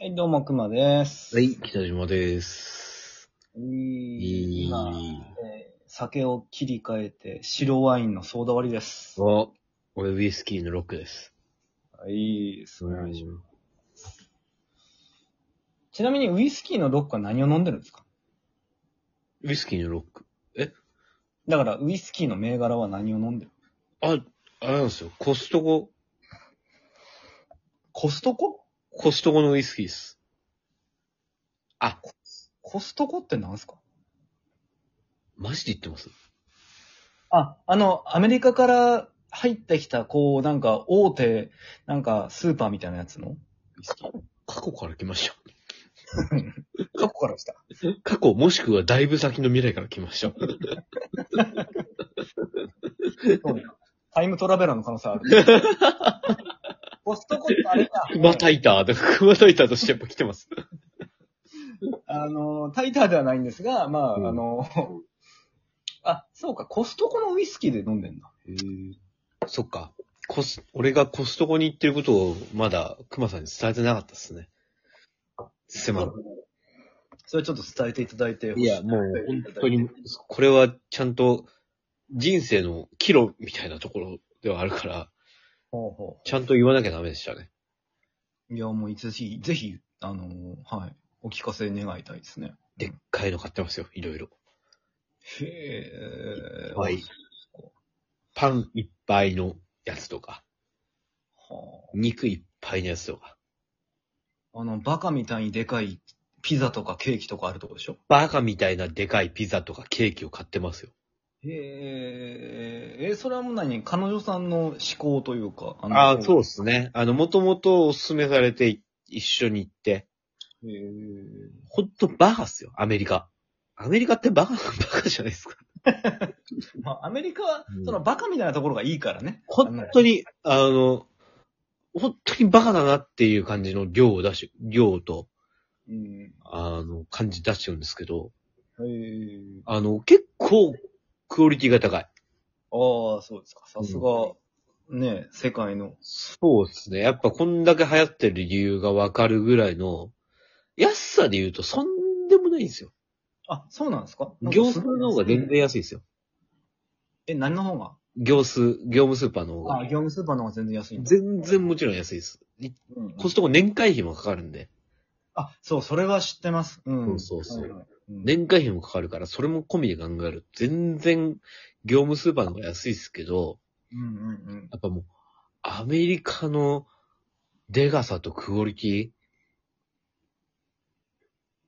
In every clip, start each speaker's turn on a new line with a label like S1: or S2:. S1: はい、どうも、くまです。
S2: は。い、北島です。いい。
S1: 今、えー酒を切り替えて、白ワインのソーダ割りです。は
S2: お、俺ウイスキーのロックです。
S1: い、
S2: う。
S1: そうんちなみに、ウイスキーのロックは何を飲んでるんですか
S2: ウイスキーのロック。
S1: だから、ウイスキーの銘柄は何を飲んでる
S2: あ、あれなんですよ。コストコ、
S1: コストコ
S2: コストコのウイスキーです。あ、
S1: コストコって何すか
S2: マジで言ってます
S1: あ、あの、アメリカから入ってきた、こう、なんか、大手、なんか、スーパーみたいなやつのウイスキー。
S2: 過去から来まし
S1: 過去から来た。
S2: た。 過去、もしくはだいぶ先の未来から来ました。
S1: そうねタイムトラベラーの可能性 ある。コストコってあれか。
S2: 熊タイターとか、 熊タイターとしてやっぱ来てます。
S1: あの、タイターではないんですが、まあ、
S2: うん
S1: あの、あ、そうか、コストコのウイスキーで飲んでんだ。
S2: そっか。コス、俺がコストコに行ってることをまだ熊さんに伝えてなかったっすね。すまん。
S1: それちょっと伝えていただいて。
S2: いや、もう本当に、これはちゃんと人生の岐路みたいなところではあるから、
S1: ほうほ
S2: ちゃんと言わなきゃダメでしたね。
S1: う。いや、もう、ぜひ、ぜひ、あの、はい、お聞かせ願いたいですね。
S2: でっかいの買ってますよ、いろいろ。
S1: へえ。
S2: はい。パンいっぱいのやつとか、
S1: は
S2: 肉いっぱいのやつとか、
S1: あ。あの、バカみたいにでかいピザとかケーキとかあるとこでしょ
S2: バカみたいなでかいピザとかケーキを買ってますよ。
S1: へえ。え、それはもう何彼女さんの思考というか。の
S2: ああ、そうですね。あの、もともとおすすめされて一緒に行って、
S1: へえ。
S2: ほんとバカっすよ、アメリカ。アメリカってバカ、バカじゃないですか。
S1: まあ、アメリカは
S2: う、ん
S1: そのバカみたいなところがいいからね。
S2: 本当に、あの、本当にバカだなっていう感じの量を出し、量と、
S1: うん。
S2: あの、感じ出してるんですけど、
S1: へえ。
S2: あの、結構、クオリティが高い。
S1: ああ、そうですか。さすが、ね、世界の。
S2: そうですね。やっぱこんだけ流行ってる理由がわかるぐらいの、安さで言うとそんでもないんですよ。
S1: あ、そうなんですか
S2: 業数の方が全。然安いですよ。
S1: え、何の方が
S2: 業数、業務スーパーの方
S1: あ、
S2: が。
S1: 業務スーパーの方が全然安いんだ。
S2: 全然もちろん安いです。い
S1: うん
S2: コストコ年会費もかかるんで。
S1: あ、そう、それは知ってます。うん。
S2: そうそうそう
S1: はいはいうん
S2: 年会費もかかるから、それも込みで考えると、全然、業務スーパーの方が安いですけど、
S1: うんうんうん。
S2: やっぱもう、アメリカのデカさとクオリティ、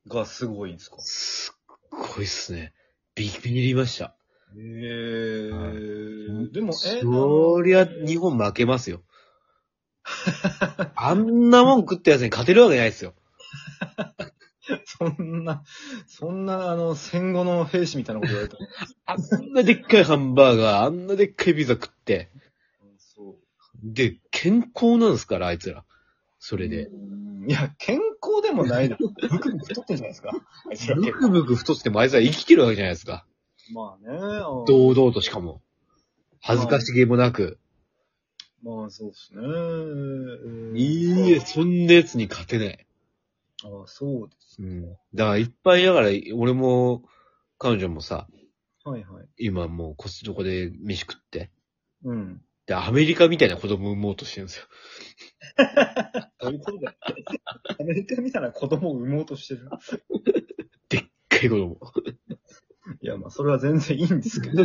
S1: がすごいんですか。
S2: すっごいっすね。ビビりました。
S1: へえ
S2: は
S1: ー。でも、え、
S2: そりゃ、日本負けますよ。あんなもん食ったやつに勝てるわけないですよ。
S1: そんな、そんな、あの、戦後の兵士みたいなこと言われた。
S2: あんなでっかいハンバーガー、あんなでっかいピザ食って。
S1: うんそう。
S2: で、健康なんですから、あいつら。それで。
S1: うんいや、健康でもないだろ。ブクブク太ってんじゃないですか。あ いつら
S2: ブ
S1: 結
S2: ク
S1: 構
S2: ブク太ってもあいつら生きてるわけじゃないですか。
S1: まあね。うん
S2: 堂々としかも。恥ずかしげもなく。
S1: まあそうですね。うん
S2: いいえ、そんなやつに勝てない。
S1: あそうです。
S2: うん。だからいっぱい、だから、俺も、彼女もさ、
S1: はいはい。
S2: 今もうコストコで飯食って、
S1: うん。
S2: で、アメリカみたいな子供産もうとしてるんですよ。
S1: そういうことだよ。アメリカみたいな子供を産もうとしてる。
S2: でっかい子供。
S1: いや、まあそれは全然いいんですけ ど。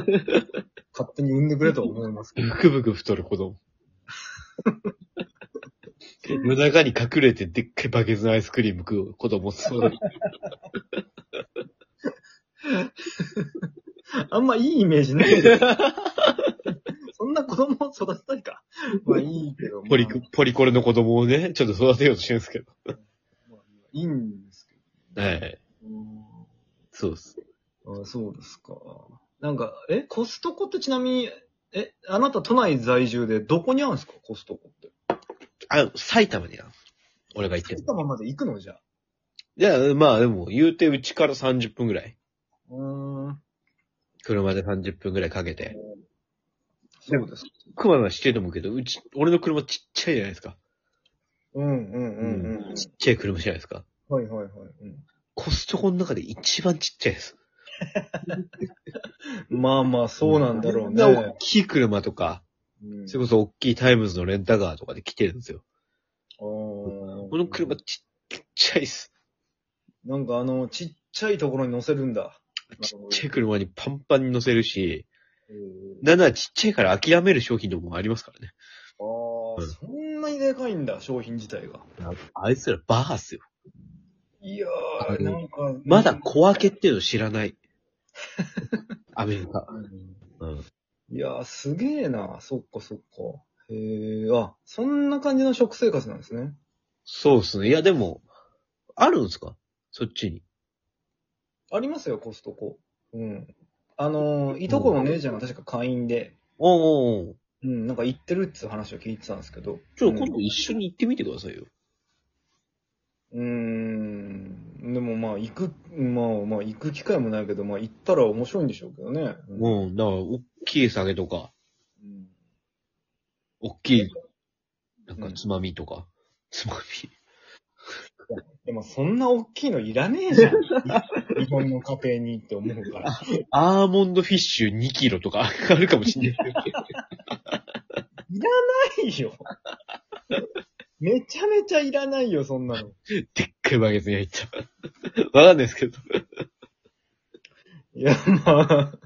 S1: 勝手に産んでくれとは思いますけど。
S2: ブクブク太る子 供。夜中に隠れてでっかいバケツのアイスクリーム食う子供、そう。
S1: あんまいいイメージないけど。 そんな子供を育てたいか。まあいいけど。まあ
S2: ポリク、ポリコレの子供をね、ちょっと育てようとしてるんですけど。
S1: まあいいんですけど。
S2: はい。
S1: うん
S2: そうです。
S1: あそうですか。なんか、え、コストコってちなみに、え、あなた都内在住でどこにあるんですかコストコって。
S2: あ、埼玉にな。俺が行ってる
S1: 埼。玉まで行くのじゃあ。
S2: いや、まあでも、言うてうちから30分ぐらい。
S1: うーん。
S2: 車で30分ぐらいかけて。
S1: そうです。
S2: 熊はしてると思うけど、うち、俺の車ちっちゃいじゃないですか。
S1: うんうんうんうん。
S2: ちっちゃい車じゃないですか。
S1: はいはいはい。
S2: コストコの中で一番ちっちゃいです。
S1: うん、まあまあ、そうなんだろうね。
S2: みんな大きい車とか、
S1: うん
S2: それこそ大きいタイムズのレンタカーとかで来てるんですよ。
S1: あー
S2: この車ちっちゃいっす。
S1: なんかあの、ちっちゃいところに乗せるんだ。
S2: ちっちゃい車にパンパンに乗せるし、
S1: うん
S2: なんならちっちゃいから諦める商品とかもありますからね。
S1: ああ、そんなにでかいんだ、商品自体が。
S2: あいつらバーっすよ。
S1: いや
S2: あ
S1: ー、
S2: の
S1: なんか。
S2: まだ小分けっていうの知ら ない。アメリカ。
S1: うん
S2: うん。
S1: いやー、すげえな。そっかそっか。へえ、あ、そんな感じの食生活なんですね。
S2: そうっすね。いや、でも、あるんですかそっちに。
S1: ありますよ、コストコ。うん。あのー、いとこの姉ちゃんが確か会員で、
S2: おうおうおう
S1: うん、なんか行ってるっていう話を聞いてたんですけど。
S2: ちょっと今度一緒に行ってみてくださいよ。
S1: うん、うーんでもまあ、行く、まあまあ、行く機会もないけど、まあ、行ったら面白いんでしょうけどね。うん
S2: うん。だから、大きい酒とか、
S1: うん
S2: 大きい、なんかつまみとか。つまみ。
S1: でもそんな大きいのいらねえじゃん。 日本の家庭にって思うから。
S2: アーモンドフィッシュ2キロとかあるかもしれない。
S1: ないよ。めちゃめちゃいらないよ、そんなの。
S2: でっかいバケツに入った。わかんないですけど。
S1: いや、まあ、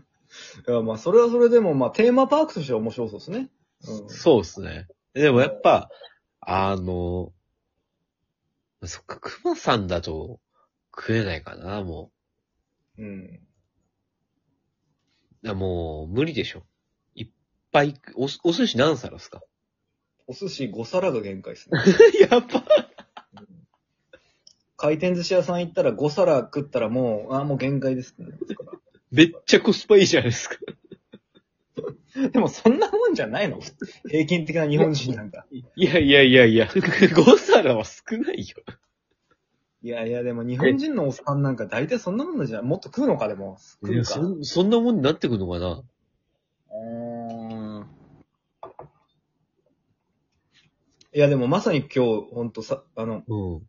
S1: い やまあ、それはそれでも、まあ、テーマパークとしては面白そうですね。うん
S2: そうですね。でもやっぱ、あの、そっか、熊さんだと食えないかな、も
S1: うん。
S2: う。あもう、無理でしょ。いっぱい、お、お寿司何皿ですか
S1: お寿司5皿が限界ですね。
S2: やっぱ。
S1: 回転寿司屋さん行ったら5皿食ったらもう、ああ、もう限界ですってなりますか
S2: めっちゃコスパいいじゃないですか。
S1: ら。でも、そんなもんじゃないの平均的な日本人なんか。
S2: いやいやいや いや、5皿は少ないよ。
S1: いやいや、でも日本人のおっさんなんか大体そんなもんなんじゃないもっと食うのか、でも。食うか。
S2: そん、そんなもんになってくのかな
S1: うーんいや、でもまさに今日、ほんとさ、あの、
S2: うん。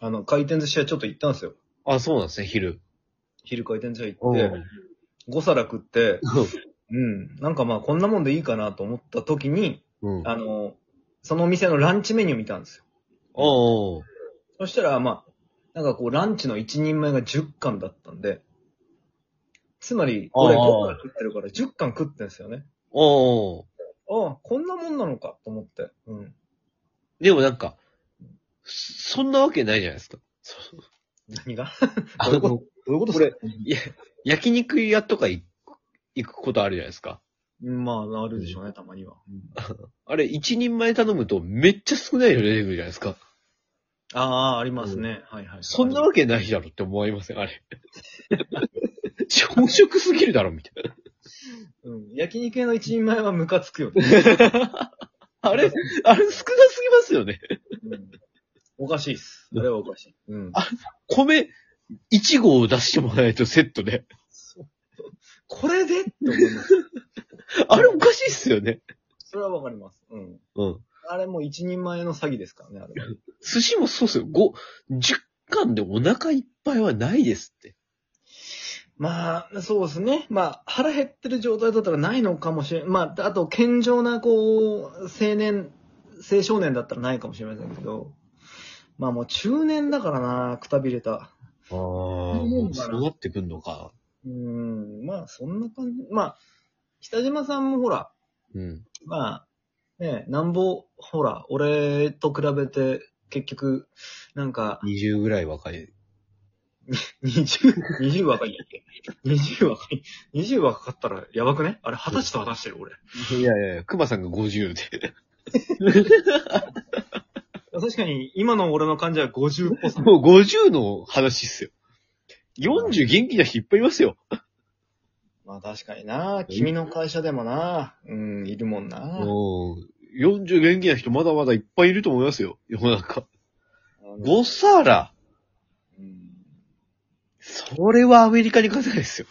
S1: あの、回転寿司屋ちょっと行ったんですよ。
S2: あ、そうなんですね、昼。
S1: 昼回転寿司屋行って、5皿食って、うん、なんかまあこんなもんでいいかなと思った時に、
S2: うん。
S1: あの、そのお店のランチメニュー見たんですよ。
S2: おうおう
S1: そしたら、まあ、なんかこう、ランチの1人前が10貫だったんで、つまり、俺
S2: あー
S1: 5貫食ってるから10貫食ってんですよね。
S2: おうおう
S1: ああ、こんなもんなのかと思って。うん。
S2: でもなんか、そそんなわけないじゃないですか。そ
S1: 何が
S2: あ
S1: どういうこと
S2: の、
S1: どういうこと
S2: これ、いや、焼肉屋とか行く行くことあるじゃないですか。
S1: うんまあ、あるでしょうね、たまには。
S2: あれ、一人前頼むとめっちゃ少ないの出てくるじゃないですか。
S1: ああ、ありますね。はいはい。
S2: そんなわけないだろって思いません、あれ。 朝食すぎるだろ、みたい
S1: うん。焼肉屋の一人前はムカつくよね。
S2: な。 あれ、あれ少なすぎますよね。
S1: うんおかしいっ す。あれはおかしい。うん。
S2: あ米、1合を出してもらえないとセットで。
S1: そうこれでって思います。
S2: あれおかしいっすよね。
S1: それはわかります。うん。
S2: うん。
S1: あれもう一人前の詐欺ですからね、あれは。
S2: 寿司もそうっすよ。5、10貫でお腹いっぱいはないですって。
S1: まあ、そうですね。まあ、腹減ってる状態だったらないのかもしれん。まあ、あと、健常な、こう、青年、青少年だったらないかもしれませんけど、まあもう中年だからな、くたびれた。
S2: ああ、もうそうなってくんのか。
S1: うーん、まあ、そんな感じ。まあ、北島さんもほら、
S2: うん。
S1: まあ、ね、なんぼ、ほら、俺と比べて、結局、なんか、
S2: 20ぐらい若い。
S1: 20、20若いんやっけ ?20 若い。20若かったらやばくねあれ、20歳と話してる、俺。
S2: いやいやいや、熊さんが50で。
S1: 確かに、今の俺の感じは50っぽさ。
S2: もう50の話っすよ。40元気な人いっぱいいますよ。
S1: まあ確かにな。君の会社でもな。うん、いるもんな。
S2: うん。40元気な人まだまだいっぱいいると思いますよ。世の中。5皿。
S1: うん
S2: それはアメリカに勝てないですよ。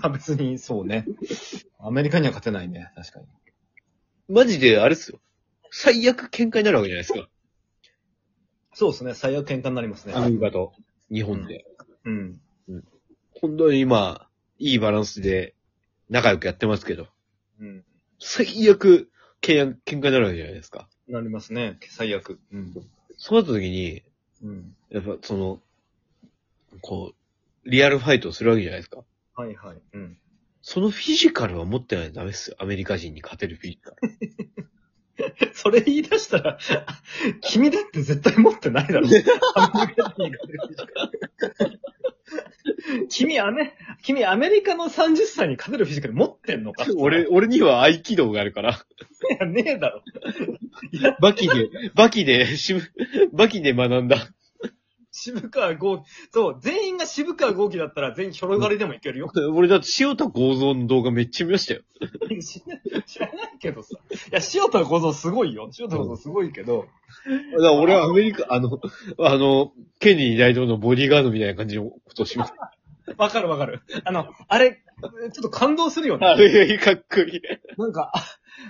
S1: まあ別に、そうね。アメリカには勝てないね。確かに。
S2: マジであれっすよ。最悪喧嘩になるわけじゃないですか。
S1: そうですね。最悪喧嘩になりますね。
S2: アメリカと日本で。
S1: うん。
S2: 本当に今、いいバランスで仲良くやってますけど、
S1: うん。
S2: 最悪喧嘩喧嘩になるわけじゃないですか。
S1: なりますね。最悪。うん。
S2: そうなった時に、
S1: うん。
S2: やっぱその、こう、リアルファイトをするわけじゃないですか。
S1: はいはい。うん。
S2: そのフィジカルは持ってないとダメっすよ。アメリカ人に勝てるフィジカル。
S1: それ言い出したら、君だって絶対持ってないだろ。アメリカに行かれる時間君アメ、君アメリカの30歳に勝てるフィジカル持ってんのか
S2: 俺、、俺には合気道があるから。
S1: いやねえだろ。
S2: バキで、バキで、しぶ、バキで学んだ。
S1: 渋川豪樹。そう、全員が渋川豪樹だったら全員ひょろがりでもいけ るよ。
S2: 俺だって塩田剛造の動画めっちゃ見ましたよ。
S1: 知らない知らないけどさ。いや、塩田小僧すごいよ。塩田小僧すごいけど。
S2: だから俺はアメリカ、あの、あの、ケニー大統領のボディーガードみたいな感じのことをします。
S1: わかるわかる。あの、あれ、ちょっと感動するよね。
S2: あれ、かっこいい。
S1: なんか、 あ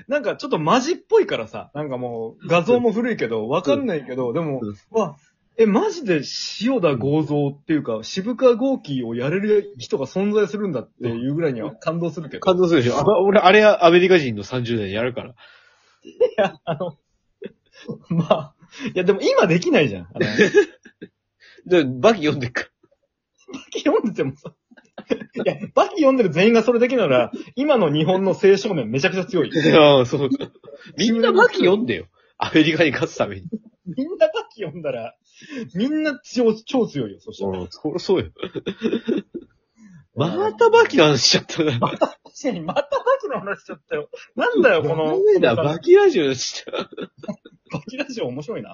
S1: なんかちょっとマジっぽいからさ、なんかもう画像も古いけど、わかんないけど、でも
S2: うん、
S1: わ、え、マジで塩田剛造っていうか、渋川豪輝をやれる人が存在するんだっていうぐらいには感動するけど。
S2: 感動するでしょ。あ俺、あれはアメリカ人の30代やるから。
S1: まあ、いやでも今できないじゃん。あ の
S2: で、バキ読んでっか。
S1: バキ読んでてもさ。いや、バキ読んでる全員がそれできるなら、今の日本の青少年めちゃくちゃ強い。
S2: ああ、そう。みんなバキ読んでよ。アメリカに勝つために。
S1: みんなバキ読んだら、みんな強、超強いよ、そしたら。
S2: うん、そりゃそうよ。またバキの話しちゃったな。
S1: 確かに、またバキの話しちゃったよ。なんだよ、この。
S2: ダメだ、バキラジオしちゃ
S1: バキラジオ面白いな。